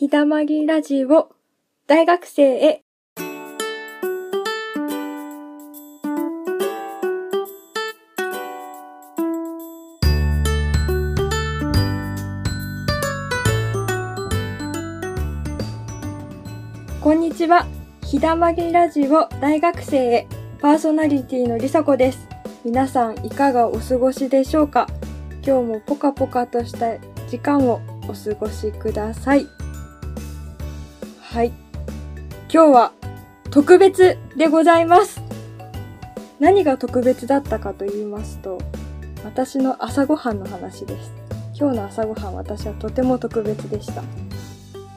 ひだまりラジオ、大学生へ。こんにちは。ひだまりラジオ、大学生へ。パーソナリティのりさこです。皆さんいかがお過ごしでしょうか今日もポカポカとした時間をお過ごしください。はい。今日は特別でございます。何が特別だったかと言いますと、私の朝ごはんの話です。今日の朝ごはん私はとても特別でした。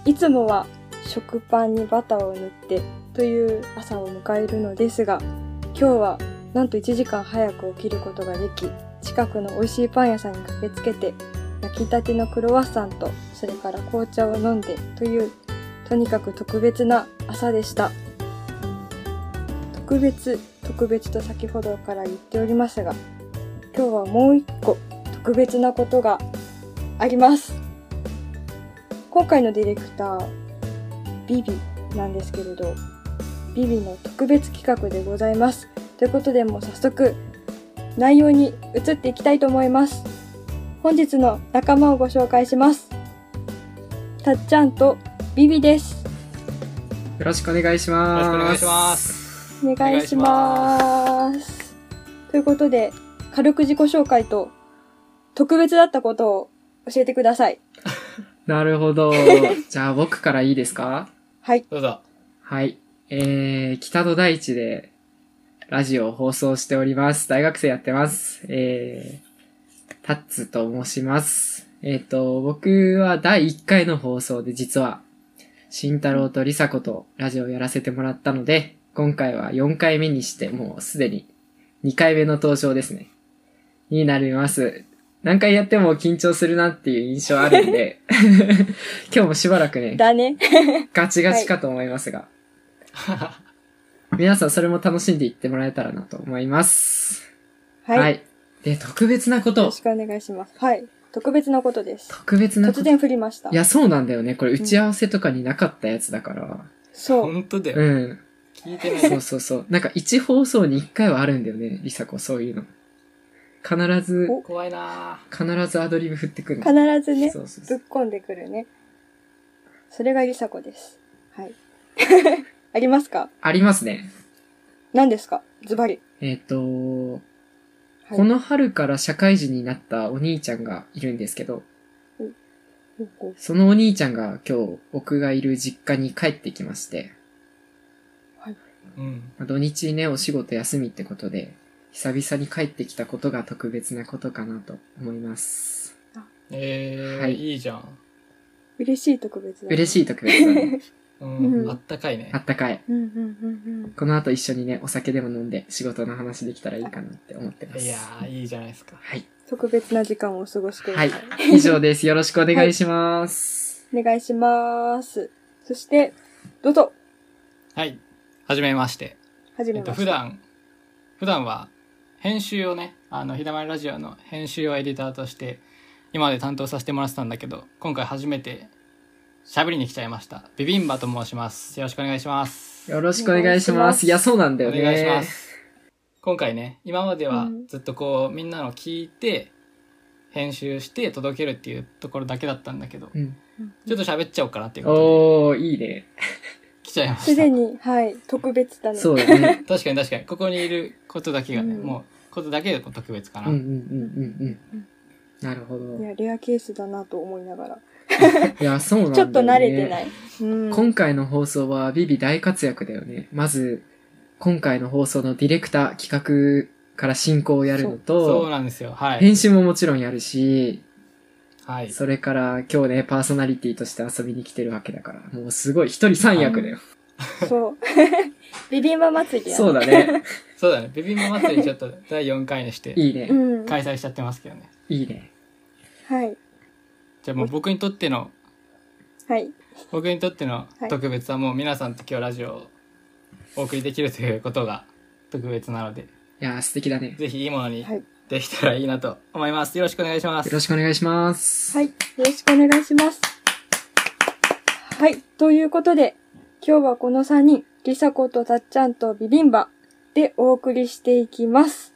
いつもは食パンにバターを塗ってという朝を迎えるのですが、今日はなんと1時間早く起きることができ、近くの美味しいパン屋さんに駆けつけて、焼きたてのクロワッサンと、それから紅茶を飲んでというとにかく特別な朝でした特別特別と先ほどから言っておりますが今日はもう一個特別なことがあります今回のディレクタービビなんですけれどビビの特別企画でございますということでもう早速内容に移っていきたいと思います本日の仲間をご紹介しますたっちゃんとビビですよろしくお願いします。よろしくお願いします。お願いします。ということで、軽く自己紹介と、特別だったことを教えてください。なるほど。じゃあ僕からいいですかはい。どうぞ。はい。えー、北戸大地でラジオを放送しております。大学生やってます。えー、タッツと申します。えっ、と、僕は第1回の放送で実は、慎太郎とリサ子とラジオをやらせてもらったので、今回は4回目にして、もうすでに2回目の登場ですね。になります。何回やっても緊張するなっていう印象あるんで、今日もしばらくね、だね。ガチガチかと思いますが、皆さんそれも楽しんでいってもらえたらなと思います。はい。で、特別なこよろと。しくお願いします。はい。特別なことです。特別なこ突と。然降りましたい。や、そうなんだよね。これ打ち合わせとかになかったやつだから。そう。本当だうよ。ん。聞いてそなうい。そうそう。なんか1放送に1回はあるんだよね。りさこ、そういうの。必ず、お怖いな必ずアドリブ振ってくるの。必ずねそ、うそうそぶっう。こんでくるね。それがりさこです。はい。 ありますかありますね。何ですかズバリ。えっ、と、はいこの春から社会人になったお兄ちゃんがいるんですけど、そのお兄ちゃんが今日僕がいる実家に帰ってきまして、ぁ。うん。まあ土日ね、お仕事休みってことで、久々に帰ってきたことが特別なことかなと思います。えはー、いいいじゃん。嬉しい特別だね。嬉しい特別だ ね。うんうん。あったかいねあ。ったかい。うんうんうんこの後一緒にね、お酒でも飲んで仕事の話できたらいいかなって思ってまいす。やー、いいじゃないですか。はい。うん。特別な時間をお過ごしくだはさいい。。以上です。よろしくお願いします。お願いします。そして、どうぞ、はい。はじめまして。始えめっと、ま普す。段、普段は、編集をね、あの、ひだまりラジオの編集をエディターとして、今まで担当させてもらってたんだけど、今回初めて、喋りに来ちゃいました。ビビンバと申します。よろしくお願いします。よろしくお願いします。いや、そうなんだよおね。願いしま。す。今回ね、今までうはんずっとこう、みんなの聞いて、編集して届けるっていうところだけだったんだけど、うん。ちょっと喋っちゃおうかなっていうことおー、いいね。で、来ちゃいますしでた。に、はい、特別だね。そうだね。確かに確かに、ここにいることだけがね、うんもう、ことだけでも特別かな。うんうんうんうんうん。なるほど。いや、レアケースだなと思いながら。いや、そうなんだちよょねっと慣れてない。うん。今回の放送はビビ大活躍だよね。まず、今回の放送のディレクター企画から進行をやるのそうと、なんですよ。はい。編集ももちろんやるし、はい。それから今日ね、パーソナリティとして遊びに来てるわけだから、もうすごい、一人三役だよ。そう。 ビビンバ祭りやねそうだ ね。そうだね。ビビンバ祭りちょっと第4回にして、いいねう。ん。は開催しちゃってますけどね。いいね。い。じゃあもう僕にとっての、はい。僕にとっての特別はもう皆さんと今日ラジオをお送りできるということが特別なので、いやー、素敵だね。ぜひいいものにはいできたらいいなと思います。よろしくお願いします。よろしくお願いします。はい。よろしくお願いします。はい。ということで、今日はこの3人、りさことたっちゃんとビビンバでお送りしていきます。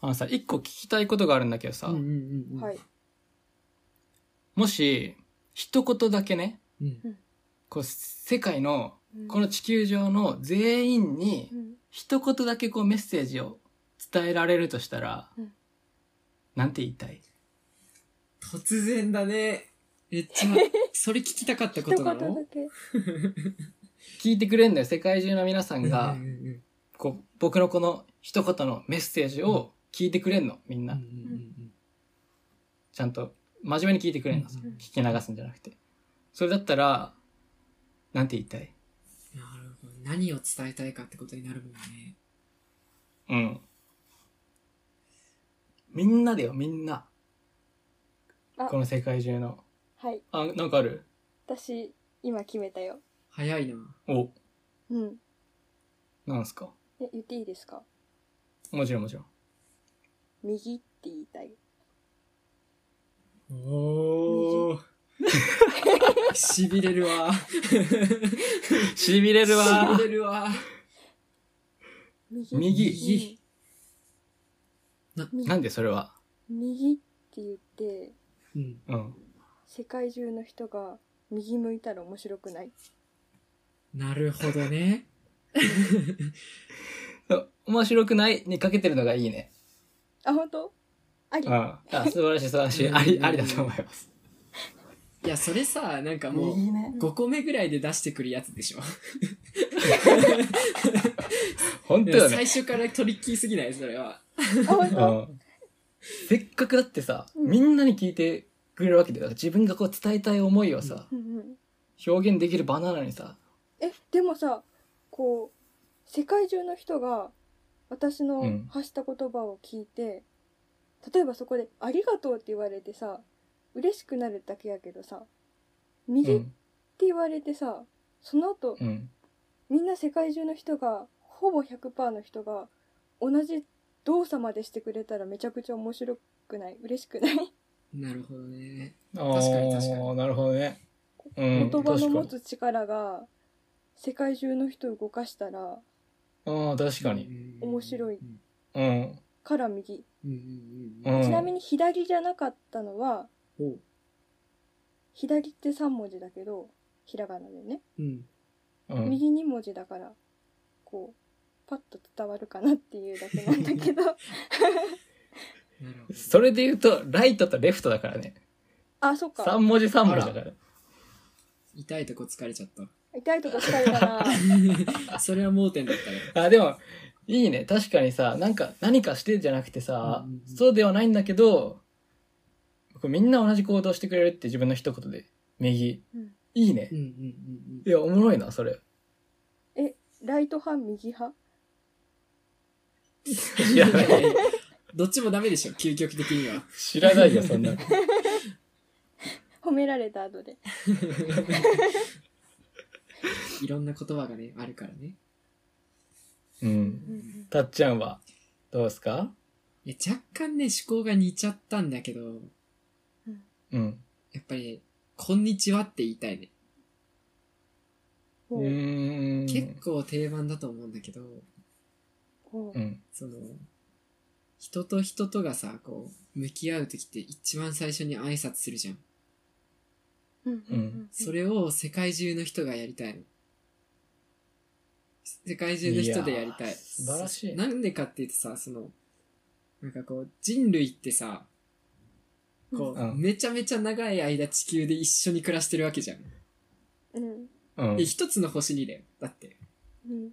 あのさ、一個聞きたいことがあるんだけどさ、うんうんうん。はい。もし、一言だけね、うん。こう、世界の、この、の地球上の全員に、一言だけこうメッセージを伝えられるとしたら、うんなんて言いたい突然だね。めっちゃ、それ聞きたかったこ一言と なだのけ。聞いてくれんだよ。世界中の皆さんうがん、うんうんこう、僕のこの一言のメッセージを聞いてくれんの、みうんんうな。んちゃんと、真面目に聞いてくれんのさ。うん聞き流すんじゃなくて。それだったら、なんて言いたいうん。なるほど。何を伝えたいかってことになるもんね。うん。みんなだよ、みんな。あこの世界中の。はい。あ、なんかある私、今決めたよ。早いな。お、うん。なんすかえ、言っていいですかもちろんもちろん。右って言いたい。おー。痺れるわ。痺れるわ痺。れるわ。右。右。な右なんでそれは右って言って、うん。うん。世界中の人が右向いたら面白くないなるほどね。面白くないにかけてるのがいいね。あ、本当ありうん。あ素晴らしい素晴らしい。あり、ありだと思います。いや、それさ、なんかもう、ね。 5個目ぐらいで出してくるやつでしょ。本当だね。最初からトリッキーすぎないそれは。あ、本う当ん。せっかくだってさ、うんみんなに聞いてくれるわけだよ。自分がこう伝えたい思いをさ、うんうん表現できる場なのにさ、え、でもさ、こう、世界中の人が私うのん発した言葉を聞いて、例えばそこでありがとうって言われてさ、嬉しくなるだけやけどさ、う右ってん。言われてさ、その後、うん。みんな世界中の人が、ほぼ100%の人が、同じ動作までしてくれたらめちゃくちゃ面白くない嬉しくないなるほどね。確かに確かになるほどね。う言ん、葉の確か持につ力が世界中の人を動かしたらああ、確かに。うん面白いうんうん。から右、うんうんうんうんちなみに左じゃなかったのはおう左って3文字だけどひらがなでね、うん。うん。右2文字だからこうパッと伝わるかなっていうだけなんだけど なるほど。それで言うと、ライトとレフトだからね。あそっ3か文字3文字だから。痛いとこ疲れちゃっ痛いとこ使えたなた。 それは盲点だったね。あ、でも、いいね。確かにさ、なんか、何かしてじゃなくてさ、うんうんうんそうではないんだけど、こうみんな同じ行動してくれるって自分の一言で、右。うんいいねうん。うんいや、おもろいな、それ。えライト派右派知らうんう。なんいやいい。や どっちもダメでしょ、究極的には。知らないよ、そん なの。褒められた後でいろんな言葉がね、あるからね。うん。うんたっちゃんは、どうですかいや、若干ね、思考が似ちゃったんだけど、うん。やっぱり、こんにちはって言いたいね。ほううーん。結構定番だと思うんだけど、ほううん。その、人と人とがさ、こう、向き合うときって一番最初に挨拶するじゃん。うんうんうんそれを世界中の人がやりたいの。世界中の人でやりたいい。やー素晴らしいなんでかっていうとさ、その、なんかこう、人類ってさ、こう、うんめちゃめちゃ長い間地球で一緒に暮らしてるわけじゃん。うんうんで、。一つの星にだよ。だって。うん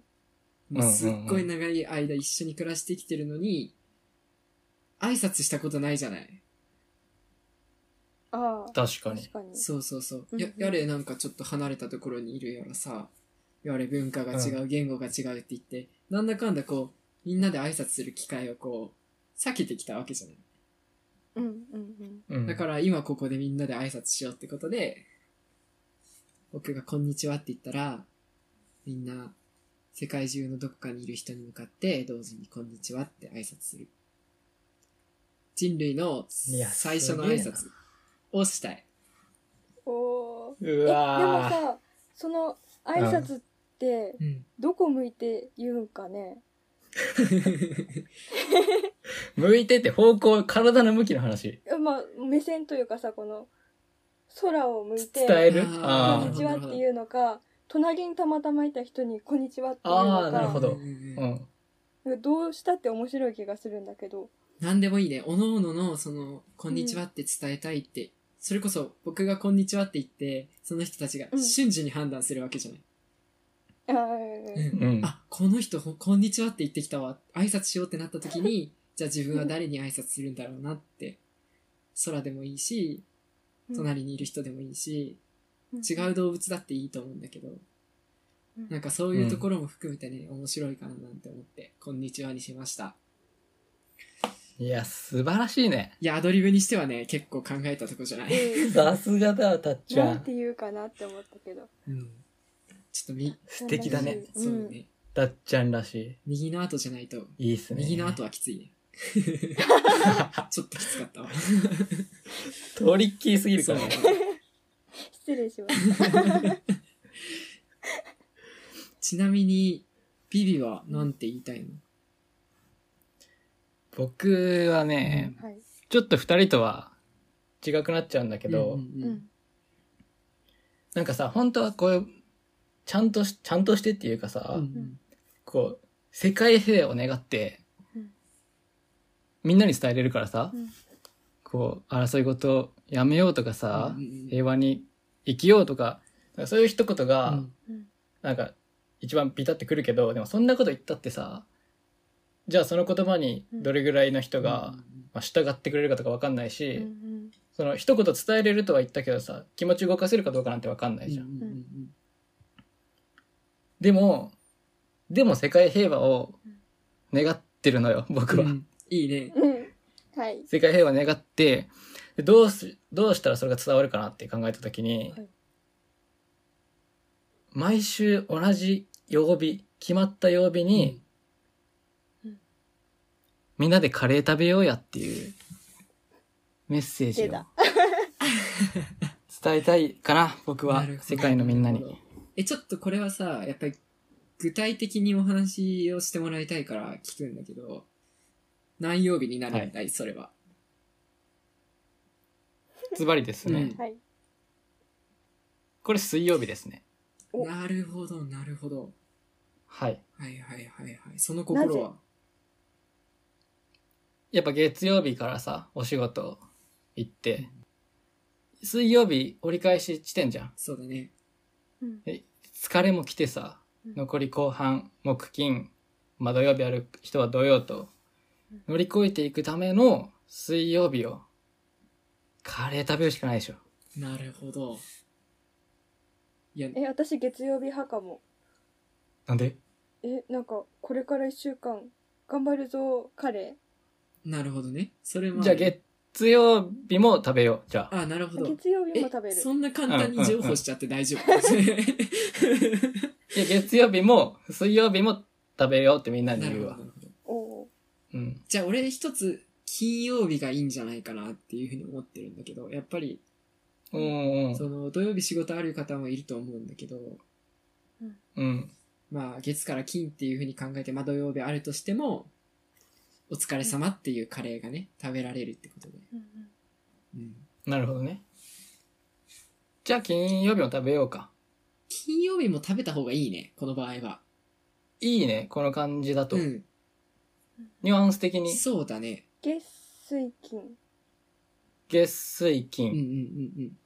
もうすっごいうん長い間一緒に暮らしてきてるのに、挨拶したことないじゃない。ああ確かに確。かにそうそうそう。うんや、やれなんかちょっと離れたところにいるよらさ、やれ文化が違う、言語が違うって言って、なんだかんだこう、みんなで挨拶する機会をこう、避けてきたわけじゃない。うんうんうんだから今ここでみんなで挨拶しようってことで、僕がこんにちはって言ったら、みんな世界中のどこかにいる人に向かって同時にこんにちはって挨拶する。人類のいや最初の挨すげえな拶をしたい。うん。おー。うえ、でもわーさ、その挨拶って、 うん。どこ向いて言うんかね。向いてて方向、体の向きの話。えまあ、目線というかさ、この、空を向いて、伝えるあーこんにちはっていうのか、隣にたまたまいた人に、こんにちはっていうあーなるほのどうんうんううんん。か、どうしたって面白い気がするんだけど。何でもいいね。おのおのの、その、こんにちはって伝えたいって、それこそ僕がこんにちはって言って、その人たちがうん瞬時に判断するわけじゃない。あーうんうん。あ、この人、ほこんにちはって言ってきたわ。挨拶しようってなった時に、じゃあ自分は誰に挨拶するんだろうなって。空でもいいし、うん隣にいる人でもいいし、うん違う動物だっていいと思うんだけど、うんなんかそういうところも含めてね、面白いかななんて思って、こんにちはにしました。いや、素晴らしいね。いや、アドリブにしてはね、結構考えたとこじゃない。うんさすがだ、たっちゃなんてん。言うかなって思ったけど。うん。ちょっとみ、素敵だね。うんそうね。たっちゃんらし右の後じゃないと、い。いいっすね。右の後はきつ いね。ちょっときつかったわ。トリッキーすぎるそかうねらね。失礼しました。ちなみに、ビビはなんて言いたいの僕はね、はい。ちょっと二人とは違くなっちゃうんだけけど、ううんうんん。なんかさ、本当はこう、ちゃんとし、ちゃんとしてっていうかさ、うんこう、世界平和を願ってうん、みんなに伝えれるからさ、うんこう、争い事をやめようとかさ、うんうんうん平和に生きようとか、なんかそういう一言が、うんうんなんか、一番ピタってくるけど、でもそんなこと言ったってさ、じゃあその言葉にどれぐらいの人が、まあ、従ってくれるかとかわかんないし、うんその一言伝えれるとは言ったけどさ、気持ち動かせるかどうかなんてわかんなういんじうゃん。んうんうんでも、でも世界平和をうん願ってるのよ、僕は。うんいいね。うんうんはい。世界平和願って、でどうす、どうしたらそれが伝わるかなって考えたときに、はい毎週同じ曜日、決まった曜日に、うんみんなでカレー食べようやっていうメッセージ出をた。伝えたいかな、僕はなるほ。ど世界のみんなに。るほどえ、ちょっとこれはさ、やっぱり具体的にお話をしてもらいたいから聞くんだけど、何曜日になるんだい、それは。ズバリですね。うんはい。これ水曜日ですね。おなるほど、なるほど。はい。はいはいはいはい。その心は。やっぱ月曜日からさ、お仕事行って、水曜日折り返し地点じゃん。そうだね。うんで疲れも来てさ、うん残り後半、木金、まあ土曜日ある人は土曜とうん、乗り越えていくための水曜日を、カレー食べるしかないでしょ。なるほど。いや、え、私月曜日派かも。なんでえ、なんか、これから一週間、頑張るぞ、彼。なるほどね。それもあじゃある。月曜日も食べよう。じゃあ。あ、なるほど。月曜日も食べえ、る。そんな簡単に譲歩しちゃって大丈 夫。いや月曜日も、水曜日も食べようってみんなにな言るほうわど。。おーうん。じゃあ俺一つ金曜日がいいんじゃないかなっていうふうに思ってるんだけど、やっぱり、うんうんその土曜日仕事ある方もいると思うんだけど、うん。まあ月から金っていうふうに考えて、まあ土曜日あるとしても、お疲れ様っていうカレーがね、食べられるってことで。うんうんうんなるほどね。じゃあ金曜日も食べようか。金曜日も食べた方がいいね、この場合は。いいね、この感じだと。うん。ニュアンス的に。そうだね。月、水、金。月水うんうん金。うん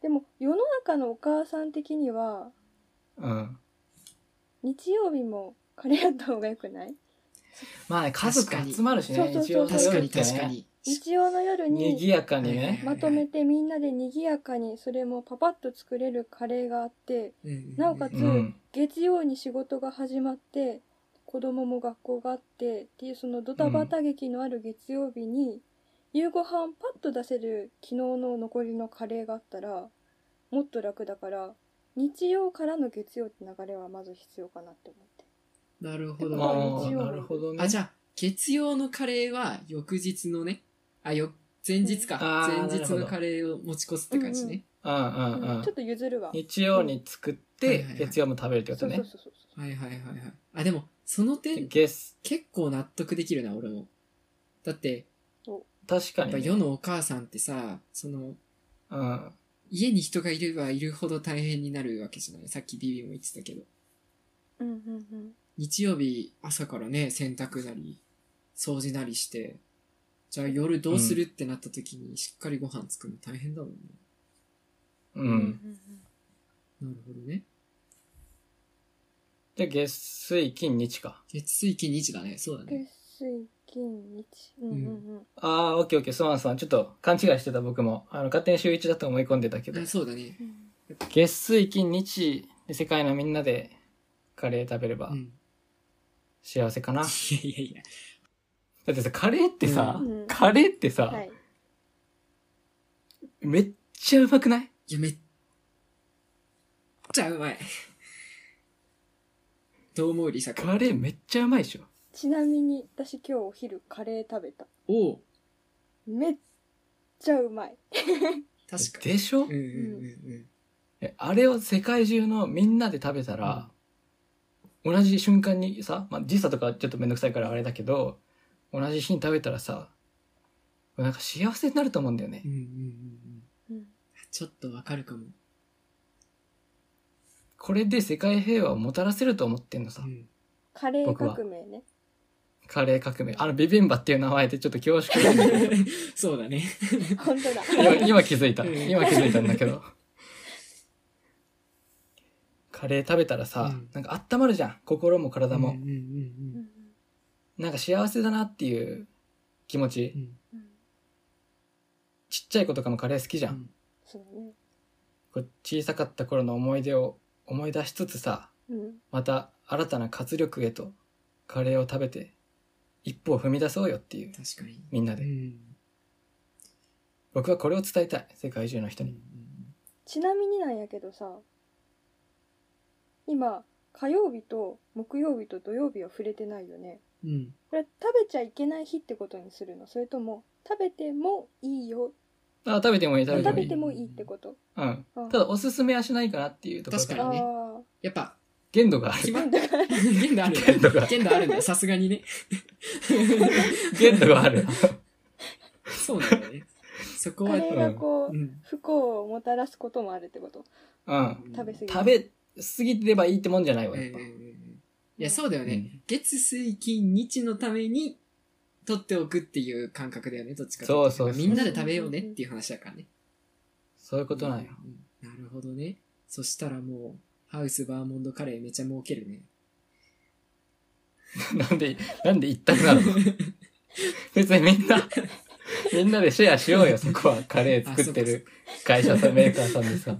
でも、世の中のお母さん的には、うん。日曜日もカレーやった方がよくないまあね、家族確かに集まるしそうね、そう日そうん。う曜そう土確か曜日にってね確かに。日曜の夜賑に、やかにね。まとめてみんなで賑やかに、それもパパッと作れるカレーがあって、うんうんうんなおかつうん。月曜に仕事が始まって子供も学校があってっていうそのドタバタ劇のある月曜日に、夕ご飯パッと出せる昨日の残りのカレーがあったらもっと楽だから日曜からの月曜って流れはまず必要かなって思って。なるほまあど。ああ、なるほどね。あ、じゃゃあ、月曜のカレーは翌日のね、あ、よ、前日か。うんあー前日のカレーを持ち越すって感じね。あ、うんうんううんんちょ。っと譲るわ。日曜に作っはいてはいは、い月曜も食べるってこそとうそうね。そうそう。はいはいはいはい。あ、でも、その点、月、結構納得できるな、俺も。だって、確かやっにぱね。世のお母さんってさ、その、うん。家に人がいればいるほど大変になるわけじゃないさっきビビも言ってたけど。うんうん日曜日朝からね、洗濯なり、掃除なりして、じゃあ夜どうするってなった時にしっかりご飯作るの大変だもんね。ううん。ん。なるほどね。で、月、水、金、日か。月水金日だね。そうだね。月水金日。うんうんああ、オッケーオッケー、スワンさん。ちょっと勘違いしてた僕も。あの、勝手に週一だと思い込んでたけどあ。そうだね。うん。月、水、金、日で世界のみんなでカレー食べればうん。幸せかな。いやいやいや。だってさ、カレーってさ、うんカレーってさ、はい。めっちゃうまくないいや、めっちゃうま い。どう思うリサか。カレーめっちゃうまいでしょ。ちなみに私今日お昼カレー食べた。おうめっちゃうまい。確かに。でしょ、うんうんうんうん。えあれを世界中のみんなで食べたら、同じ瞬間にさ、まあ、時差とかちょっとめんどくさいからあれだけど、同じ日に食べたらさ、なんか幸せになると思うんだよねうん。うんうんうん。うん。ちょっとわかるかも。これで世界平和をもたらせると思ってんのう さ。ん。カレー革命ね。カレー革命。あの、ビビンバっていう名前でちょっと恐 縮なんだけどそうだね。本当だ。 今、今気づいた。うん今気づいたんだ けど。カレー食べたらさ、うんなんか温まるじゃん。心も体も。うんうんううんうん。んなんか幸せだなっていう気持ちう。んうんちっちゃい子とかもカレー好きじゃん。そうだね。こう小さかった頃の思い出を思い出しつつさ、うん。また新たな活力へとカレーを食べて一歩を踏み出そうよっていう、確かに。みんなで。うん僕はこれを伝えたい。世界中の人うんうに。んちなみになんやけどさ、今、火曜日と木曜日と土曜日は触れてないよね。うん。これ食べちゃいけない日ってことにするのそれとも、食べてもいいよ。あ、食べてもいい、食べて食もべいいて。もいいってこと。うん。うんただおすすめはしないかなっていうところ確あかあにねー、やっ ぱ、限度があ 決る。まっ限度ある。限度が限度あるんだよ。さすがに ね。限度がある。そうなんだよね。そこカは、レーがこう、うん。不幸をもたらすこともあるってこと。 うん。食べ過ぎ食べ過ぎればいいってもんじゃないわ、やっぱ。うんいや、そうだよね。うん月、水、金、日のために、取っておくっていう感覚だよね、どっちかっていとそうそうそうみんなで食べようねっていう話だからね。そういうことなんよ。うんなるほどね。そしたらもう、ハウスバーモンドカレーめちゃ儲けるね。 なんで、なんで一 択なの別にみんな、みんなでシェアしよ うよ、そこは。カレー作ってる会社さん、メーカーさんで さ。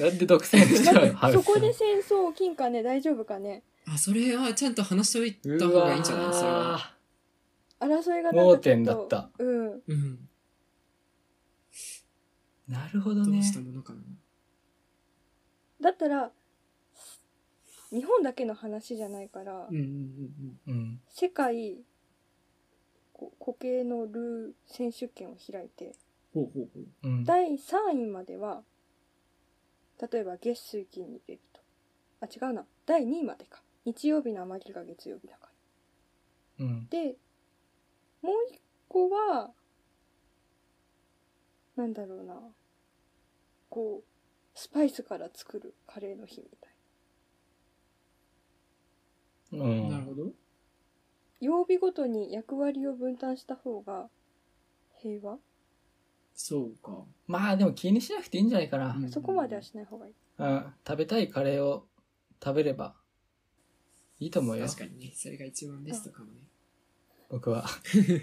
なんで独占しちゃうのハウスそさんこで戦争起きんかね、大丈夫かね。あ、それはちゃんと話しておいうた方がいいんじゃないそれわは。争いがなん盲かちょ点だとった。うん。うん。ーなるほどどねう。したものかな。だったら、日本だけの話じゃないから、うんうんうんうん。世界こ固形のルー選手権を開いてうん。ほうほうほう。うん。第3位までは例えば月水金に出るとあ違うな第2位までか日曜日の余りが月曜日だからうん。でもう一個はなんだろうなこうスパイスから作るカレーの日みたいなうなるん。ほど。曜日ごとに役割を分担した方が平和、そうか。まあでも気にしなくていいんじゃないかな。そこまではしない方がいいうん。食べたいカレーを食べればいいと思うよ。確かにね。それが一番ベストかもね。僕は。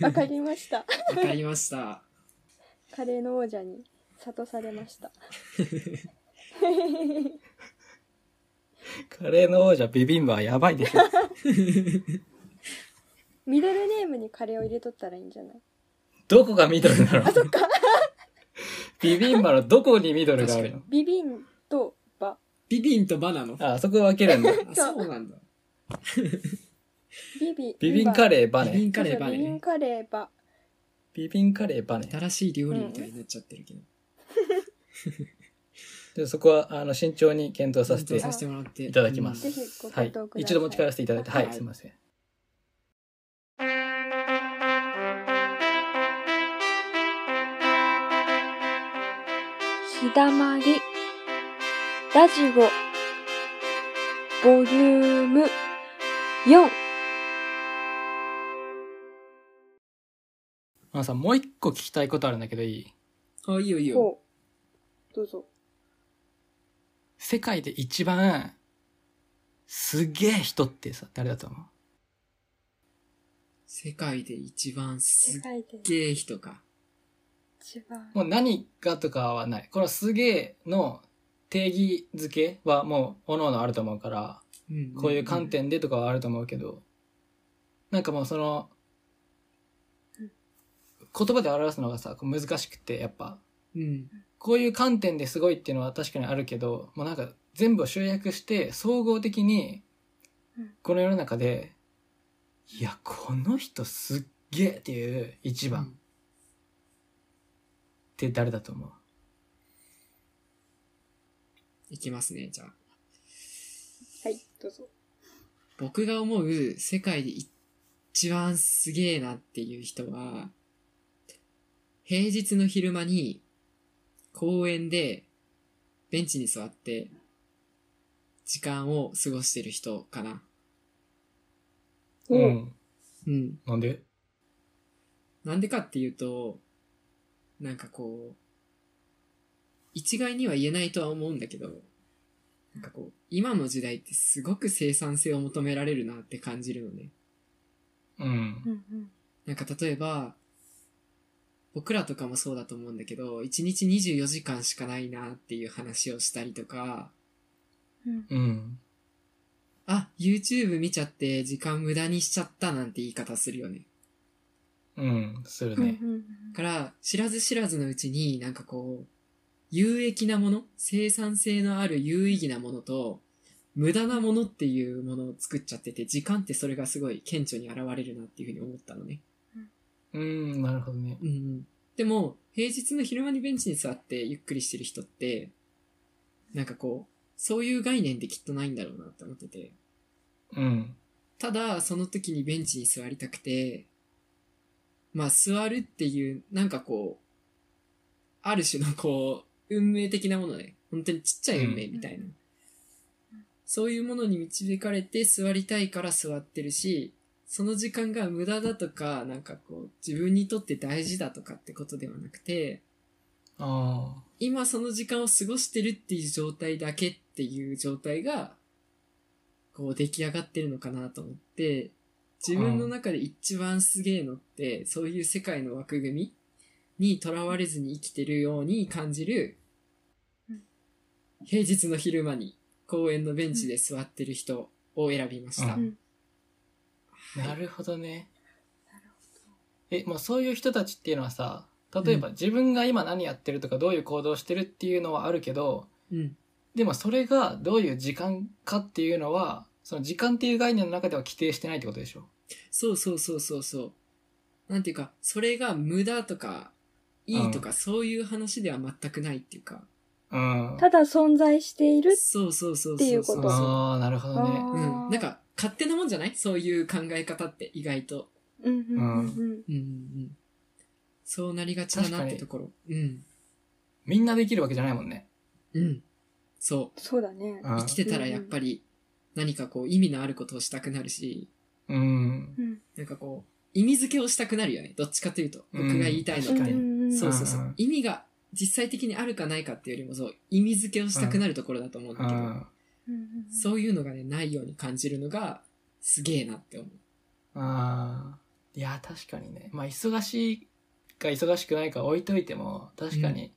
わかりま したわかりました。カレーの王者に 諭されました。カレーの王者ビビンバはやばいでしょ。ミドルネームにカレーを入れとったらいいんじゃないどこがミドルなのあ、そっか。ビビンバのどこにミドルがあるのビビンとバ。ビビンとバナの。あ、あ、そこ分けるんだ。そうなんだ。ビビン。ビビンカレレーバビビネ。ンカレーバビビンね。カレーバ。ビビンカレーバネ。新しい料理みたいになっちゃってるけど。でそこは、あの、慎重に検討させて検討させてもらって。いただきますぜひごは検い討ください。。一度持ち帰らせていただいて、はい、すいません。ひだまり、ラジオ、ボリューム4。あのさ、もう一個聞きたいことあるんだけどいいうんあ、いいよいいよ。ほう。どうぞ。世界で一番、すげえ人ってさ、誰だと思う世界で一番す世っ界でげえ人か。一番。もう何がとかはない。このすげえの定義づけはもう、おののあると思うから、うんこういう観。点でとかはあると思うけど、なんかもうその、言葉で表すのがさ、こう難しくて、やっぱ、うん。こういう観点ですごいっていうのは確かにあるけど、もうなんか全部を集約して、総合的にうん、この世の中で、いや、この人すっげえっていう一番って誰だと思う、いきますね、じゃあ。はい、どうぞ。僕が思う世界で一番すげえなっていう人は、平日の昼間に公園でベンチに座って時間を過ごしてる人かな。おう。ん。うん。なんでなんでかっていうと、なんかこう、一概には言えないとは思うんだけど、なんかこう、今の時代ってすごく生産性を求められるなって感じるのね。うん。うんうん。なんか例えば、僕らとかもそうだと思うんだけど、1日24時間しかないなっていう話をしたりとか、うんうん。あ、YouTube 見ちゃって時間無駄にしちゃったなんて言い方するよね。うん。するうんね。だから、知らず知らずのうちになんかこう、有益なもの、生産性のある有意義なものと、無駄なものっていうものを作っちゃってて、時間ってそれがすごい顕著に現れるなっていうふうに思ったのね。うん、なるほどね。うんうん。でも、平日の昼間にベンチに座ってゆっくりしてる人って、なんかこう、そういう概念できっとないんだろうなって思ってて。うん。ただ、その時にベンチに座りたくて、まあ、座るっていう、なんかこう、ある種のこう、運命的なものね。本当にちっちゃい運命みたいな。うんそういうものに導かれて座りたいから座ってるし、その時間が無駄だとか、なんかこう、自分にとって大事だとかってことではなくて、ああ。今その時間を過ごしてるっていう状態だけっていう状態が、こう出来上がってるのかなと思って、自分の中で一番すげえのって、そういう世界の枠組みにとらわれずに生きてるように感じるうん、平日の昼間に公園のベンチで座ってる人を選びました。うんなるほどね。え、もうそういう人たちっていうのはさ、例えば自分が今何やってるとかどういう行動してるっていうのはあるけど、うん。でもそれがどういう時間かっていうのは、その時間っていう概念の中では規定してないってことでしょそうそうそうそうそう。なんていうか、それが無駄とか、いいとか、そういう話では全くないっていうか。うん。ただ存在している。そうそうそうそうそう。っていうことああ、なるほどね。うん。なん、か、勝手なもんじゃないそういう考え方って意外と。うんうんうんうんうんうん。そうなりがちだなってところ。うん。みんなできるわけじゃないもんね。うん。そそうだね。う。生きてたらやっぱり、何かこう意味のあることをしたくなるし、うん。うん。なんかこう、意味付けをしたくなるよね。どっちかというと。僕が言いたいのうっんて。うんそうそうそうんう。意味が実際的にあるかないかっていうよりもそう、意味付けをしたくなるところだと思うんうだけど、ん。うん。そういうのがね、ないように感じるのが、すげえなって思う。ああ。いや、確かにね。まあ、忙しいか忙しくないか置いといても、確かに、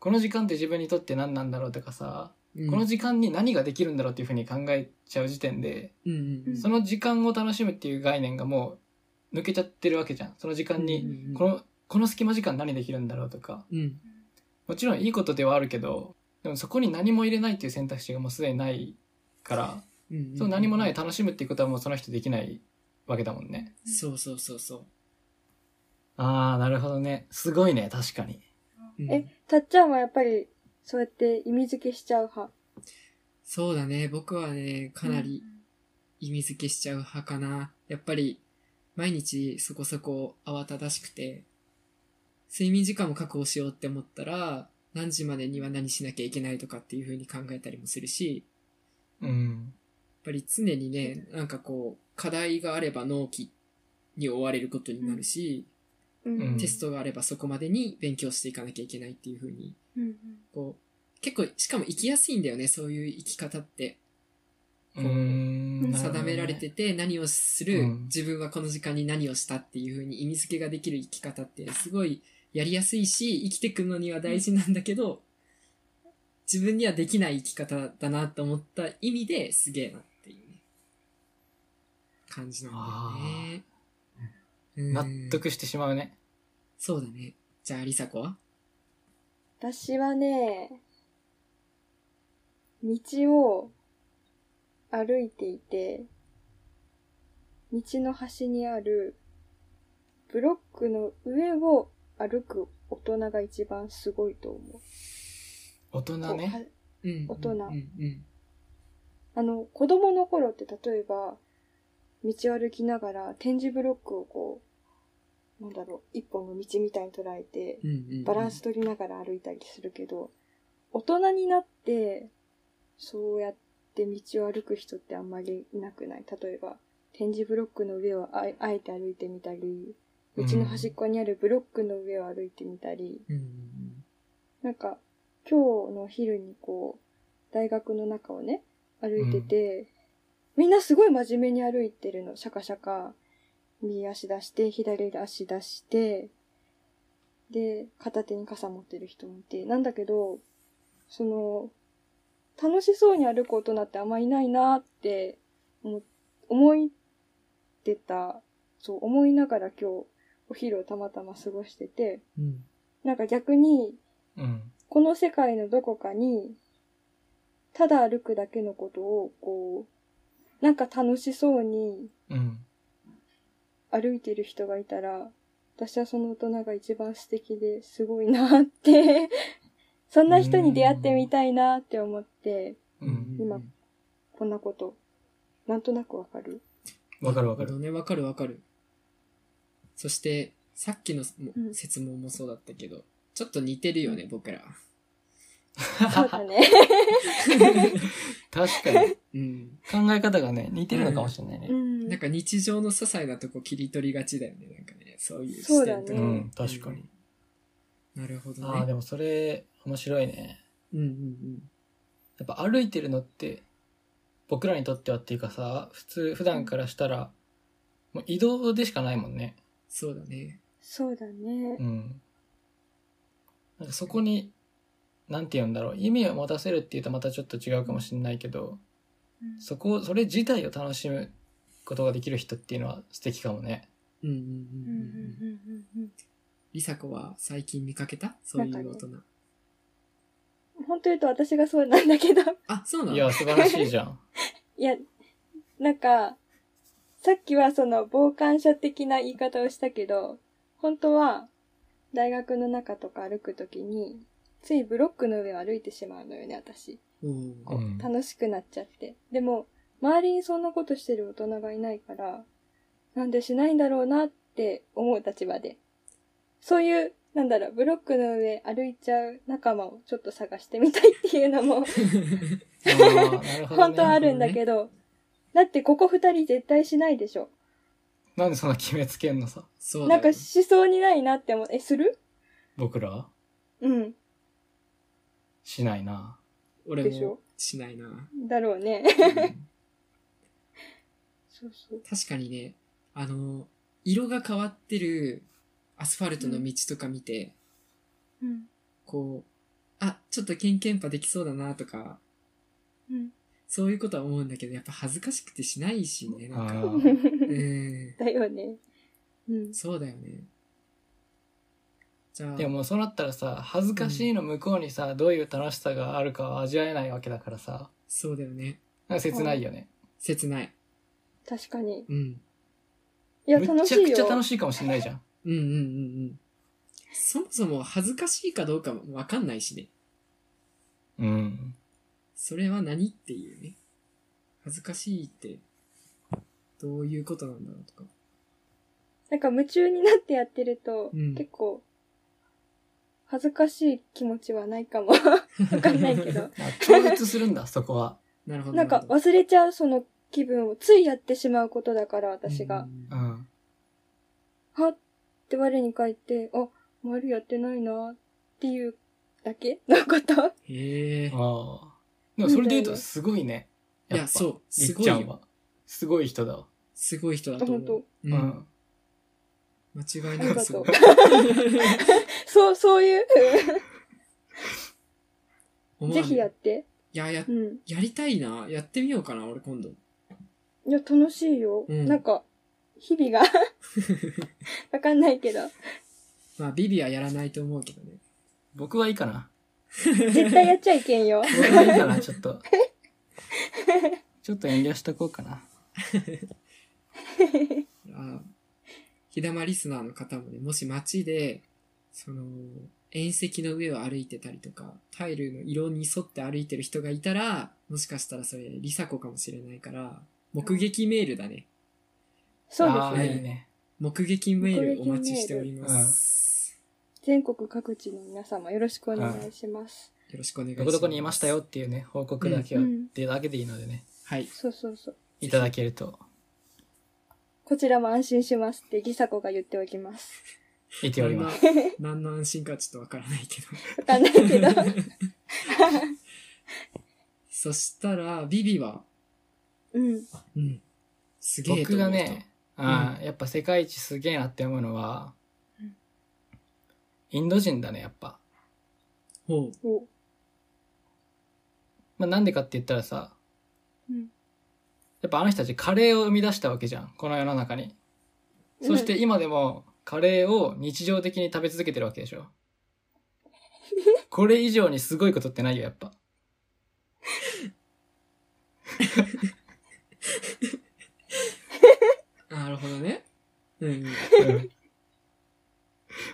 この時間って自分にとって何なんだろうとかさ、うんこの時間に何ができるんだろうっていうふうに考えちゃう時点で、うんうんうんその時間を楽しむっていう概念がもう抜けちゃってるわけじゃん。その時う間んに、うんうんこの、この隙間時間何できるんだろうとか、うんもちろんいいことではあるけど、でもそこに何も入れないっていう選択肢がもうすでにないから、うんそう何もない楽しむっていうことはもうその人できないわけだもんね。そうそうそうそああ、なるほどね。すごいね、確かに。う、うんえ、たっちゃんはやっぱり、そうやって意味付けしちゃう派。そうだね僕はねかなり意味付けしちゃう派かなやっぱり毎日そこそこ慌ただしくて睡眠時間を確保しようって思ったら何時までには何しなきゃいけないとかっていう風に考えたりもするし、うん。やっぱり常にね、なんかこう、課題があれば納期に追われることになるし、うんうんテストがあればそこまでに勉強していかなきゃいけないっていう風に、うんこう、結構、しかも生きやすいんだよね、そういう生き方って。うーん。なるほどね定められてて何をする、うん自分はこの時間に何をしたっていう風に意味付けができる生き方ってすごいやりやすいし、生きていくのには大事なんだけど、自分にはできない生き方だなと思った意味ですげえなっていうね、感じなんだよね。うん納。得してしまうね。そうだね。じゃあ、リサ子は私はね、道を歩いていて、道の端にあるブロックの上を歩く大人が一番すごいと思う。大人こうね。はうん。大人うんうん。あの、子供の頃って例えば、道を歩きながら点字ブロックをこう、なんだろう、一本の道みたいに捉えて、うんうんうんバランス。取りながら歩いたりするけど、大人になって、そうやって道を歩く人ってあんまりいなくない例えば、点字ブロックの上をああえて歩いてみたり、道の端っこにあるブロックの上を歩いてみたり、うんうんなんか、今日の昼にこう、大学の中をね、歩いてて、みんなすごい真面目に歩いてるの。シャカシャカ、右足出して、左足出して、で、片手に傘持ってる人もいて、なんだけど、その、楽しそうに歩く大人ってあんまいないなって思っ、思いってた、そう思いながら今日、お昼をたまたま過ごしてて、うん。なんか逆にうん。この世界のどこかに、ただ歩くだけのことを、こう、なんか楽しそうにうん。歩いてる人がいたら、私はその大人が一番素敵ですごいなって、 そんな人に出会ってみたいなって思って、ううんうんん。うん今こんなこと、なんとなくわかるわかるわかなるほる。どね、わかるわかる。そして、さっきのもうん説問もそうだったけど、ちょっと似てるよね、僕ら。そうだね。確かに。うん。考え方がね、似てるのかもしれないねう。んなん。か日常の些細なとこ切り取りがちだよね、なんかね、そういうそ視うだ点ねとうか。ん、確かに。なるほどああ、ね。でもそれ、面白いね。うんうんやっぱ歩いてるのって、僕らにとってはっていうかさ、普通、普段からしたら、もう移動でしかないもんね。そうだね。そうだねう。ん。なんかそこに、なんて言うんだろう。意味を持たせるっていうとまたちょっと違うかもしれないけど、そこ、それ自体を楽しむことができる人っていうのは素敵かもね。うんうんうんううんんううん。んうんりさこは最近見かけたそういう大人。うん本当言うと私がそうなんだけど。あ、そうないのや、素晴らしいじ ゃん。いや、なんか、さっきはその傍観者的な言い方をしたけど、本当は大学の中とか歩くときに、ついブロックの上を歩いてしまうのよね、私。おーうこうん楽しくなっちゃって。でも、周りにそんなことしてる大人がいないから、なんでしないんだろうなって思う立場で。そういう、なんだろう、ブロックの上歩いちゃう仲間をちょっと探してみたいっていうのもあーなるほどね本当はあるんだけど、だってここ二人絶対しないでしょ。なんでそんな決めつけんのさ、 そうだなんよかしそうにないなって思う。え、する僕らうん。しないな。俺でしょもしな いな。だろうね。うんそうそう。確かにね、あの、色が変わってるアスファルトの道とか見て、うん。こう、あ、ちょっとケンケンパできそうだなとか、うんそういうことは思うんだけど、やっぱ恥ずかしくてしないしね、なんか。あーうん。 だよね。うん。そうだよね。じゃあ、でもそうなったらさ、恥ずかしいの向こうにさ、どういう楽しさがあるかは味わえないわけだからさ、そうだよね。なんか切ないよね。切ない。確かに。うん。いや、め楽ちしゃいくちゃよ。楽しいかもしれないじゃん。うんうんうんうん。そもそも恥ずかしいかどうかもわかんないしね。うん。それは何っていうね。恥ずかしいって、どういうことなんだろうとか。なんか夢中になってやってると、うん結構、恥ずかしい気持ちはないかも。わ かんないけど。あ超越するんだ、 そこは。なるほど。なんかるほど忘れちゃうその気分をついやってしまうことだから、私が。。ううんん。はって我に返って、あ、周りやってないなっていうだけのこと。へえ。ああ。でもそれで言うとすごいね。いやや、っぱそう。りすっごいちゃんよ。は。すごい人だわ。すごい人だとあ思本う。う。うんん。間違いありなく がすごと。いうそう、そういう、思わぜないひやって。いや、やう、ん。やりたいな。やってみようかな、俺今度。いや、楽しいよ。うんなんか、日々が。 わかんないけど。まあ、ビビはやらないと思うけどね。僕はいいかな。絶対やっちゃいけんよ。僕はいいかな、ちょっと。ちょっと遠慮しとこうかな。あひだまリスナーの方もね、もし街で、その、縁石の上を歩いてたりとか、タイルの色に沿って歩いてる人がいたら、もしかしたらそれ、リサ子かもしれないから、目撃メールだね。そうあですあ、ね。いいね。目撃メールお待ちしております。全国各地の皆様よろしくお願いします。よろしくお願いしまどす。こどこにいましたよ。っていうね、報告だけを、うっんていうだけでいいのでね、はい。そうそうそう。いただけると、こちらも安心しますってギサコが言っておきます。言っております。何の安 心かちょっとわからないけど。 わかんないけど。そしたら、ビビは、うん。うん。すげえと僕思がう人。ね、ああやっぱ世界一すげえなって思うのはうん、インド人だね、やっぱ。ほう。おまあ、なんでかって言ったらさ、うんやっぱあの人たちカレーを生み出したわけじゃん、この世の中に。そして今でもカレーを日常的に食べ続けてるわけでしょ。これ以上にすごいことってないよ、やっぱ。なるほどね。うんうん。うん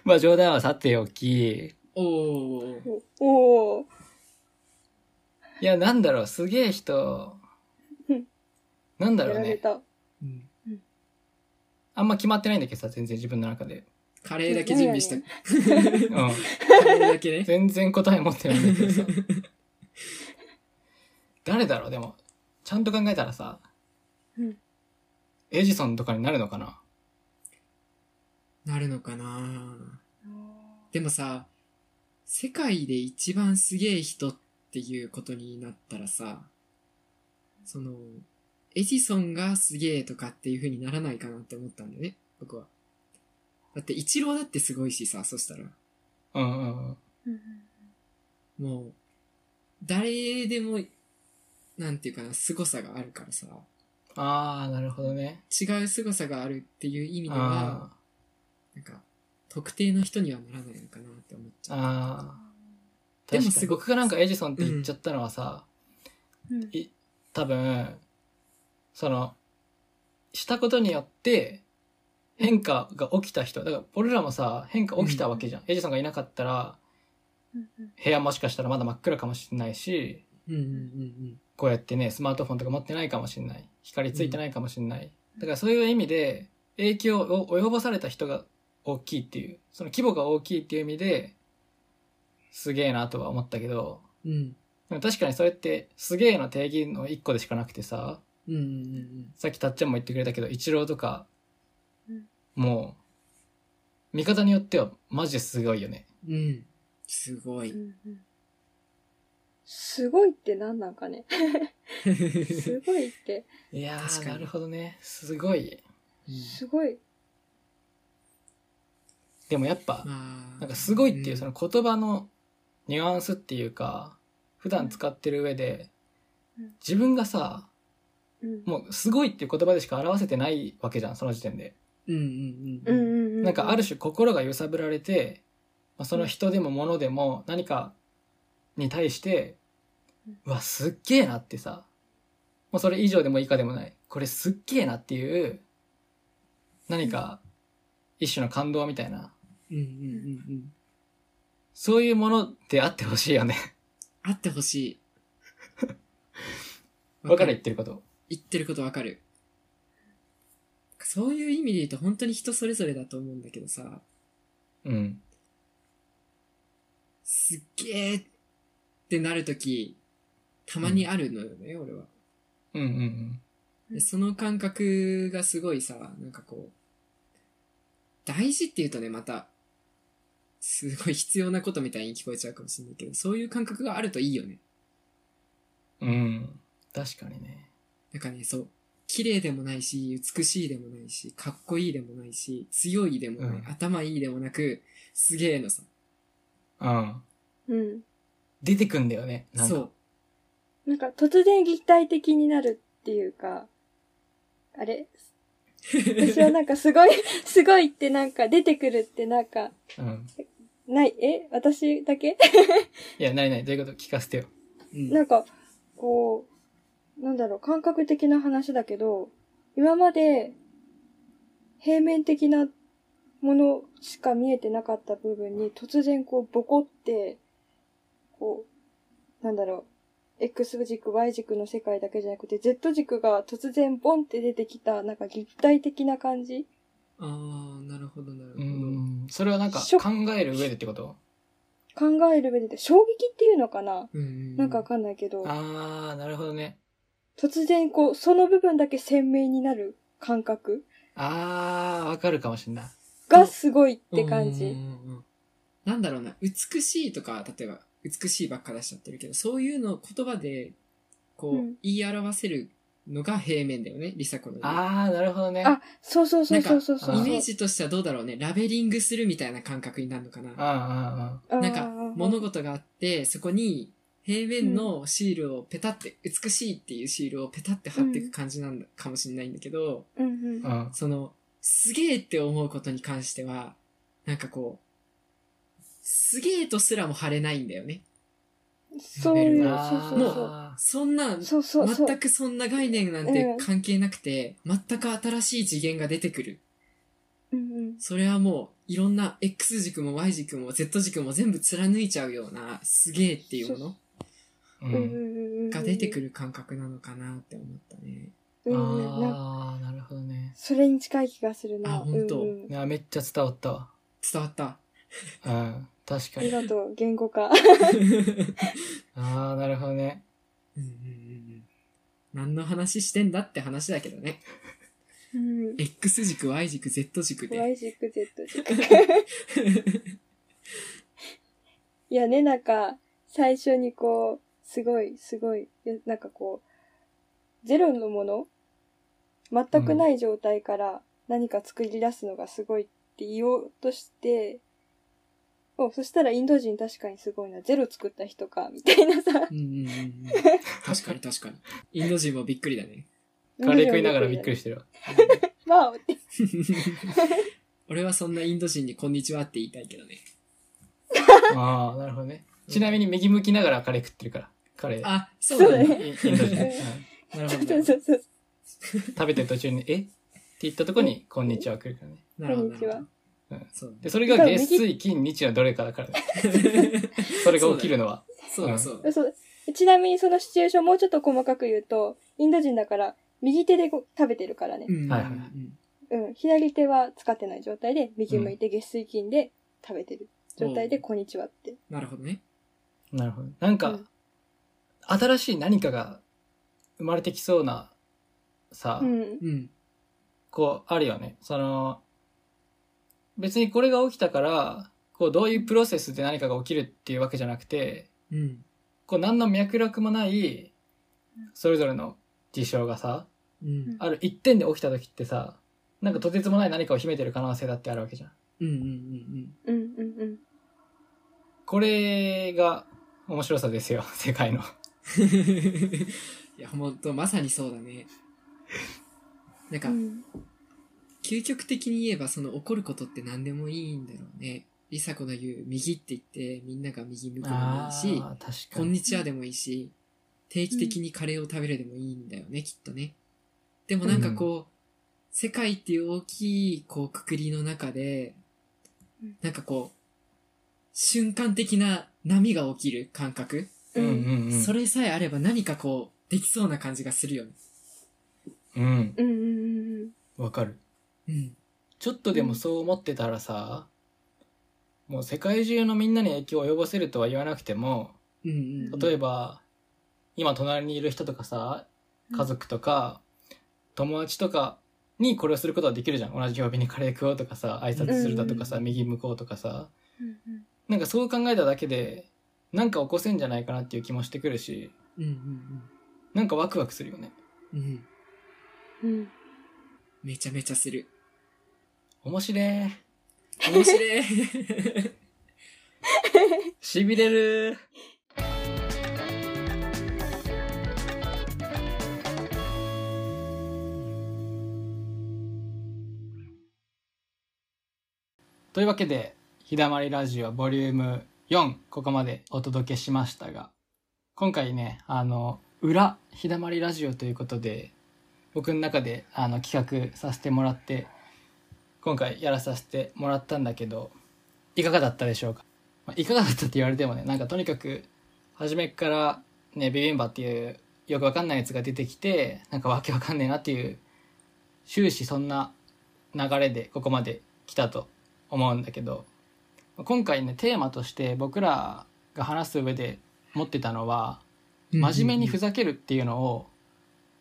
まあ冗談はさておき、おー。おおーいや、なんだろう、すげえ人うん、なんだやろうられね。た。うんあんま決まってないんだけどさ、全然自分の中で。カレーだけ準備した。いうん。カレーだけね。 全然答え持ってないんだけどさ。誰だろう、でも。ちゃんと考えたらさ、うんエジソンとかになるのかななるのかなでもさ、世界で一番すげえ人っていうことになったらさ、その、エジソンがすげえとかっていう風にならないかなって思ったんだよね、僕は。だって、イチローだってすごいしさ、そしたら。うんうんうん。うんもう、誰でも、なんていうかな、凄さがあるからさ、あー、なるほどね。違う凄さがあるっていう意味では、あなんか、特定の人にはならないのかなって思っちー、ゃう。あー。でも確かすにご僕がなんかエジソンって言っちゃったのはさ、うんい多分、その、したことによって変化が起きた人。だから、俺らもさ、変化起きたわけじゃん。エジソンがいなかったら、うんうん部屋もしかしたらまだ真っ暗かもしれないし、うんうんうんこうやってね、スマートフォンとか持ってないかもしれない。光ついてないかもしれない。だからそういう意味で、影響を及ぼされた人が大きいっていう、その規模が大きいっていう意味で、すげえなとは思ったけど、うん。うん。でも確かにそれって、すげえの定義の一個でしかなくてさ、うんうんうんさっきたっちゃんも言ってくれたけど、イチローとかうん、もう、見方によってはマジですごいよね。うん。うん。すごうい。んうんすごいって何なん かね。すごいって、いや確ー、かになるほどね。すごい。すごい。でもやっぱ、まあ、なんかすごいっていうその、の言葉のニュアンスっていうか、普段使ってる上で、うん自分がさ、うんもうすごいっていう言葉でしか表せてないわけじゃん、その時点で。うんううんんう。うんんうん。なんかある種心が揺さぶられて、まあ、その人でも物でも何かに対してうん、うわ、すっげえなってさ、もうそれ以上でも以下でもない、これすっげえなっていう、何か一種の感動みたいな、うんうんうんうん。そういうものであってほしいよね。あってほ しい。わかる言ってること。言ってることわかる。そういう意味で言うと本当に人それぞれだと思うんだけどさ、うん。すっげーってなるとき、たまにあるのよね、俺は。うんうんうん。でその感覚がすごいさ、なんかこう、大事って言うとね、また、すごい必要なことみたいに聞こえちゃうかもしれないけど、そういう感覚があるといいよね。うん。確かにね。なんかね、そう、綺麗でもないし、美しいでもないし、かっこいいでもないし、強いでもない、うん頭いいでもなく、すげえのさ。うん。うん。出てくんだよね。なんかそう。 なんか突然立体的になるっていうか、あれ私はなんかすごい、 すごいってなんか出てくるってなんか、う。うん。ない、え私だけいや、ないない。どういうこと聞かせてよ。うんなんか、こう、なんだろう、感覚的な話だけど、今まで平面的なものしか見えてなかった部分に突然こうボコって、こう、なんだろう、X 軸、Y 軸の世界だけじゃなくて、Z 軸が突然ボンって出てきた、なんか立体的な感じあー、なるほど、なるほうど。ん。それはなんかショ考える上でってこと考える上で、衝撃っていうのかなうんなんかわかんないけど、あー、なるほどね。突然こう、その部分だけ鮮明になる感覚あー、わかるかもしんない。がすごいって感うんじ。うんうんなんだろうな、美しいとか、例えば、美しいばっか出しちゃってるけど、そういうのを言葉で、こう、うん言い表せるのが平面だよね、リサコの。あー、なるほどね。あ、そうそうそなうんかそうそうそう。イメージとしてはどうだろうね、ラベリングするみたいな感覚になるのかうな。んうんうん。あーなんか、物事があって、そこに、平面のシールをペタって、美しいっていうシールをペタって貼っていく感じなんだ、かもしれないんだけど、うんうんう。ん。その、すげえって思うことに関しては、なんかこう、すげえとすらも貼れないんだよね。そういう、レベルそうそうそう。あそんな、そうそうそう。全くそんな概念なんうてん関係なくて、全く新しい次元が出てくる。うんうんそれはもう、いろんな X 軸も Y 軸も Z 軸も全部貫いちゃうような、すげえっていうものーうんううんん。うんうん。が出てくる感覚なのかなって思ったね。うんうん。なんかあー、なるほどね。それに近い気がするな。あ本当うんうんいや、めっちゃ伝わったわ。伝 わった。うん。確あかりに。がとう、言語 化。あー、なるほどね。うんうんうんうん何の話してんだって話だけどね。うん。 X 軸、Y 軸、Z 軸で。 Y 軸、Z 軸。 いやね、なんか、最初にこう、すごい、すごい、いやなんかこう、ゼロのもの全くない状態から何か作り出すのがすごいって言おうとして、おそしたらインド人確かにすごいな、ゼロ作った人か、みたいなさ。うんうんうんうん、確かに確かに。インド人もびっくりだね。カレー食いながらびっくりししてるわ。た。わおって。俺はそんなインド人にこんにちはって言いたいけどね。あー、なるほどね。ちなみに右向きながらカレー食ってるから。カレー。あ、そうだそうだね。ねインインド人。うんうんなるそほうどそう。そう。食べてる途中に、えって言ったとこに、こんにちは来るからね。なるほど。こんにちはなるほどうんそうだで、ね。それが月水金日のどれかだからね。それが起きるのは。そうだそうだ。そうちなみにそのシチュエーションもうちょっと細かく言うと、インド人だから、右手でご食べてるからねう。んはいはいうんうん。左手は使ってない状態で、右向いて月水金で食べてる状態で、こんにちはって。なるほどね。なるほど。なんか、うん新しい何かが生まれてきそうな、さ、うん。うん。こう、あるよね。その、別にこれが起きたから、こう、どういうプロセスで何かが起きるっていうわけじゃなくて、うん。こう、何の脈絡もない、それぞれの事象がさ、うん。ある一点で起きた時ってさ、なんかとてつもない何かを秘めてる可能性だってあるわけじゃん。うん。うん。うん。 うんうん これが面白さですよ、世界うの。んいや、ほんと、まさにそうだね。なんか、うん究極的に言えば、その怒ることって何でもいいんだろうね。りさこの言う、右って言って、みんなが右向くのもいいし、あー確かこんに。にちはでもいいし、定期的にカレーを食べるでもいいんだよね、きっとね。でもなんかこう、世界っていう大きい、こう、くくりの中でうん、なんかこう、瞬間的な波が起きる感覚、うんうんうん。それさえあれば何かこう、できそうな感じがするよね。うん。うんうんうんわかる。うん。ちょっとでもそう思ってたらさ、もう世界中のみんなに影響を及ぼせるとは言わなくても、うんうんうん。例えば、今隣にいる人とかさ、家族とか、友達とかにこれをすることはできるじゃん。同じ曜日にカレー食おうとかさ、挨拶するだとかさ、右向こうとかさ。うんうんなんかそう考えただけで、なんか起こせんじゃないかなっていう気もしてくるし、うんうんなんかワクワクするよね。うん。うん。うんめちゃめちゃする。面白え。面白い。痺れる。というわけで、ひだまりラジオボリューム4、ここまでお届けしましたが、今回ね、あの、裏、ひだまりラジオということで、僕の中であの企画させてもらって、今回やらさせてもらったんだけど、いかがだったでしょうかまあ、いかがだったって言われてもね、なんかとにかく、初めからね、ビビンバっていうよくわかんないやつが出てきて、なんかわけわかんねえなっていう、終始そんな流れでここまで来たと思うんだけど、まあ今回ね、テーマとして僕らが話す上で持ってたのは、真面目にふざけるっていうのを、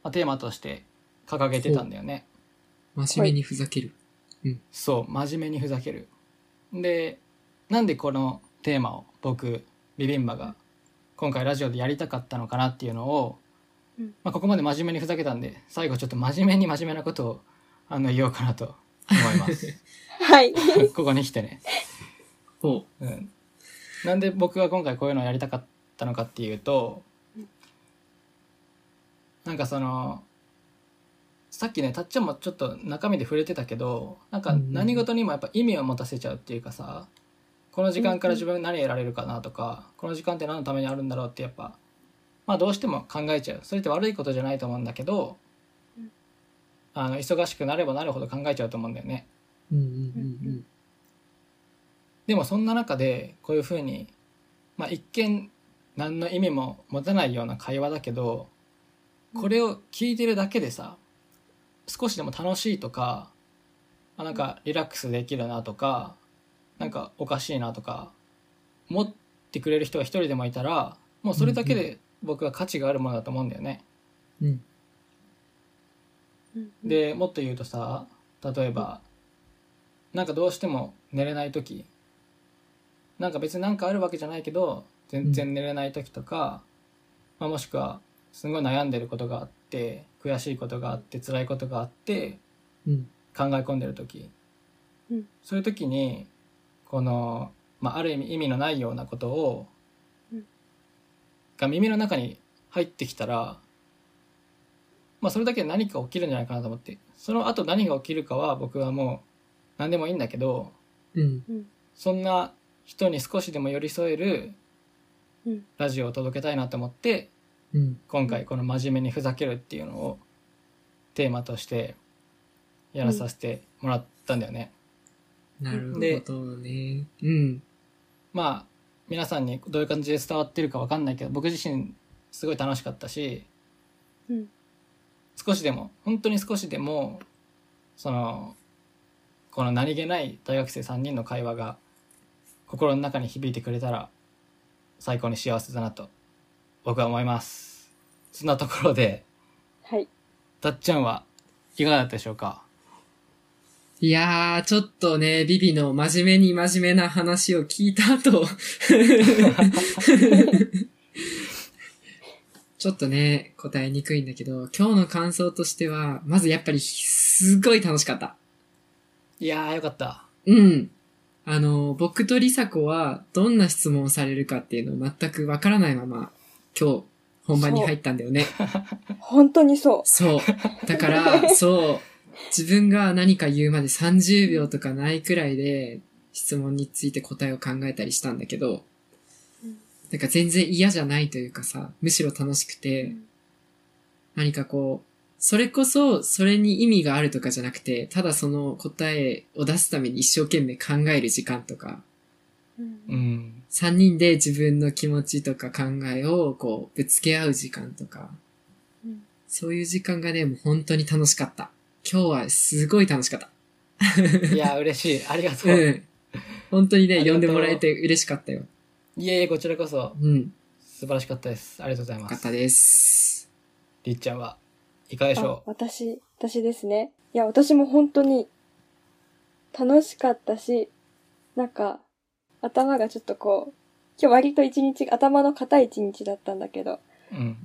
まあテーマとして掲げてたんだよね。真面目にふざける。そう、真面目にふざける。で、なんでこのテーマを僕、ビビンバが今回ラジオでやりたかったのかなっていうのを、うんまあ、ここまで真面目にふざけたんで、最後ちょっと真面目に真面目なことをあの言おうかなと思い ます。はい。ここに来てね。ほう。うん、なんで僕が今回こういうのをやりたかったのかっていうとなんかそのさっきねたっちゃんもちょっと中身で触れてたけどなんかうん何事にもやっぱ意味を持たせちゃうっていうかさこの時間から自分何得られるかなとかこの時間って何のためにあるんだろうってやっぱまあどうしても考えちゃうそれって悪いことじゃないと思うんだけどうんあの忙しくなればなるほど考えちゃうと思うんだよね。うんうんでもそんな中でこういうふうに、まあ、一見何の意味も持たないような会話だけどこれを聞いてるだけでさ少しでも楽しいとかあなんかリラックスできるなとかなんかおかしいなとか持ってくれる人が一人でもいたらもうそれだけで僕は価値があるものだと思うんだよね。うん。うん。でもっと言うとさ例えばなんかどうしても寝れない時なんか別になんかあるわけじゃないけど全然寝れない時とか、まあ、もしくはすごい悩んでることがあって悔しいことがあって辛いことがあってうん。考え込んでる時、うんそういう時にこの、まあ、ある意味意味のないようなことを、うんが耳の中に入ってきたら、まあ、それだけで何か起きるんじゃないかなと思ってその後何が起きるかは僕はもう何でもいいんだけどうん。そんな人に少しでも寄り添えるうんラジオを届けたいなと思ってうん。今回この「真面目にふざける」っていうのをテーマとしてやらさせてもらったんだよね。なるほどね。うん。まあ皆さんにどういう感じで伝わってるかわかんないけど僕自身すごい楽しかったしうん少しでも本当に少しでもそのこの何気ない大学生3人の会話が心の中に響いてくれたら最高に幸せだなと僕は思いますそんなところではい。たっちゃんはいかがだったでしょうかいやー、ちょっとね、ビビの真面目に真面目な話を聞いた後、ちょっとね、答えにくいんだけど、今日の感想としては、まずやっぱり、すごい楽しかった。いやーよかったうん。あの、僕とリサ子は、どんな質問をされるかっていうのを全くわからないまま、今日、本番に入ったんだよね。本当にそう。そう。だから、そう。自分が何か言うまで30秒とかないくらいで質問について答えを考えたりしたんだけどうん、なんか全然嫌じゃないというかさ、むしろ楽しくて、何かこう、それこそ、それに意味があるとかじゃなくて、ただその答えを出すために一生懸命考える時間とか、うんうん。 3人で自分の気持ちとか考えをこうぶつけ合う時間とか、うんそういう時間がね、もう本当に楽しかった。今日はすごい楽しかった。いや、嬉しい。ありがとうう。ん。本当にあね、り呼がとんうでもらえて嬉しかったよ。いえいえ、こちらこそ、うん。よ素晴らしかったです。ありがとうございまかっす。たです。りっちゃんは、いかがでしあょう私、私ですね。いや、私も本当に楽しかったし、なんか、頭がちょっとこう、今日割と一日、頭の硬い一日だったんだけど、うん。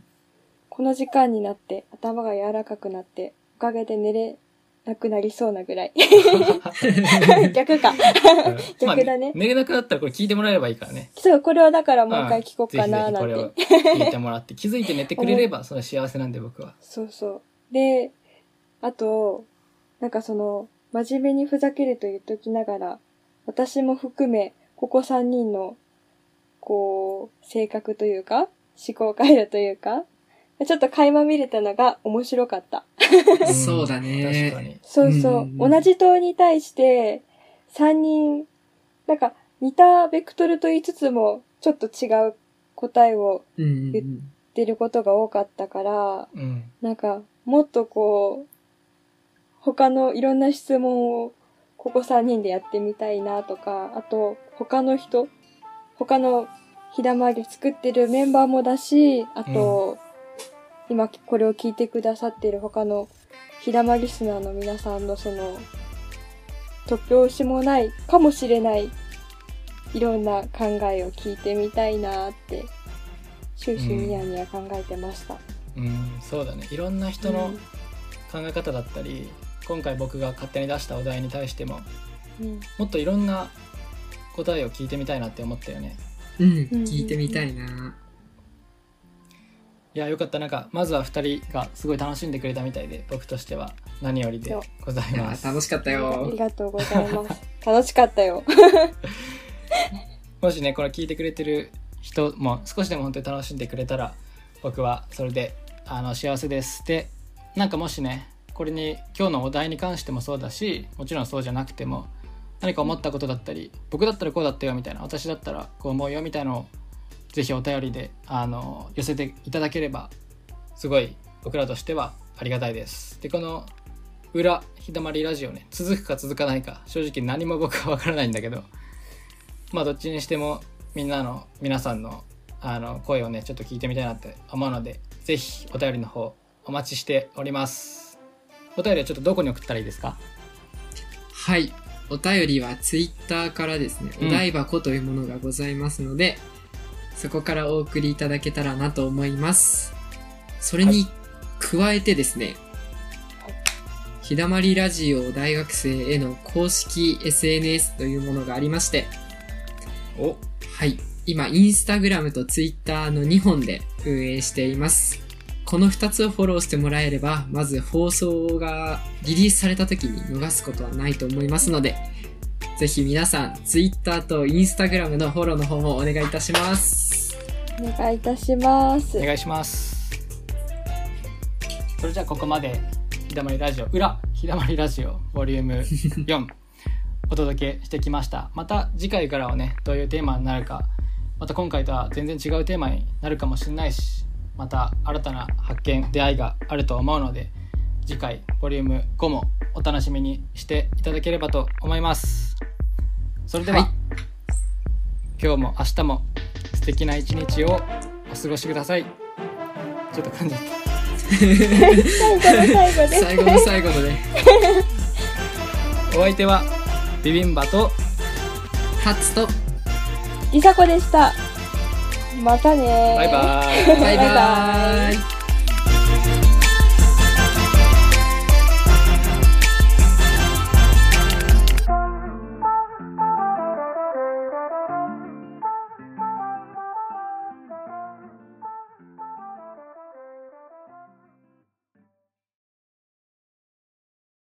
この時間になって頭が柔らかくなって、おかげで寝れなくなりそうなぐ らい。逆か。 逆だねまあ寝れなくなったらこれ聞いてもらえればいいからね。そう、これをだからもう一回聞こうかなぜなひぜひこんれてを。聞いても らって、気づいて寝てくれれば、それは幸せなんで僕は。そうそう。で、あと、なんかその、真面目にふざけると言っときながら、私も含め、ここ3人の、こう、性格というか、思考回路というか、ちょっと垣間見れたのが面白かった。んそうだね確かに。そうそうう。ん同じ問いに対して、3人、なんか似たベクトルと言いつつも、ちょっと違う答えをうんうんうん。出ることが多かったから、うん。なんか、もっとこう、他のいろんな質問を、ここ3人でやってみたいなとか、あと、他の人、他のひだまり作ってるメンバーもだし、あと、今これを聞いてくださってる他のひだまリスナーの皆さんのその、突拍子もないかもしれない、いろんな考えを聞いてみたいなって、終始ニヤニヤ考えてました。うん、そうだね。いろんな人うのん考え方だったり、今回僕が勝手に出したお題に対しても、うんもっといろんな答えを聞いてみたいなって思ったよね。うん。聞いてみたいな。いやよかったなんかまずは2人がすごい楽しんでくれたみたいで僕としては何よりでございいやまーす楽しかったありよ。がとうございます。 楽しかったよ。もしねこれ聞いてくれてる人も少しでも本当に楽しんでくれたら僕はそれであの幸せですでなんかもしねこれに今日のお題に関してもそうだしもちろんそうじゃなくても何か思ったことだったり僕だったらこうだったよみたいな私だったらこう思うよみたいなのをぜひお便りであの寄せていただければすごい僕らとしてはありがたいですでこの裏ひだまりラジオね続くか続かないか正直何も僕は分からないんだけどまあどっちにしてもみんなの皆さんのあの声をねちょっと聞いてみたいなって思うのでぜひお便りの方お待ちしておりますお便りはちょっとどこに送ったらいいですかはい。お便りはツイッターからですね、うんお台箱というものがございますので、そこからお送りいただけたらなと思います。それに加えてですね、ひだまりラジオ大学生への公式 SNS というものがありまして、おはい。今、インスタグラムとツイッターの2本で運営しています。この2つをフォローしてもらえれば、まず放送がリリースされた時に逃すことはないと思いますので、ぜひ皆さん、ツイッターとインスタグラムのフォローの方もお願いいたします。お願いいたします。お願いしますそれじゃあここまで「ひだまりラジオ裏ひだまりラジオボリューム4お届けしてきましたまた次回からはねどういうテーマになるかまた今回とは全然違うテーマになるかもしれないしまた新たな発見出会いがあると思うので次回ボリューム5もお楽しみにしていただければと思いますそれでは、はい今日も明日も素敵な一日をお過ごしくださいちょっと噛んじゃっ 最後たの最後 です。最後の最後のね、お相手はビビンバとハッツと、りさこでした。またねーバイバーイバイバイババーーイイ。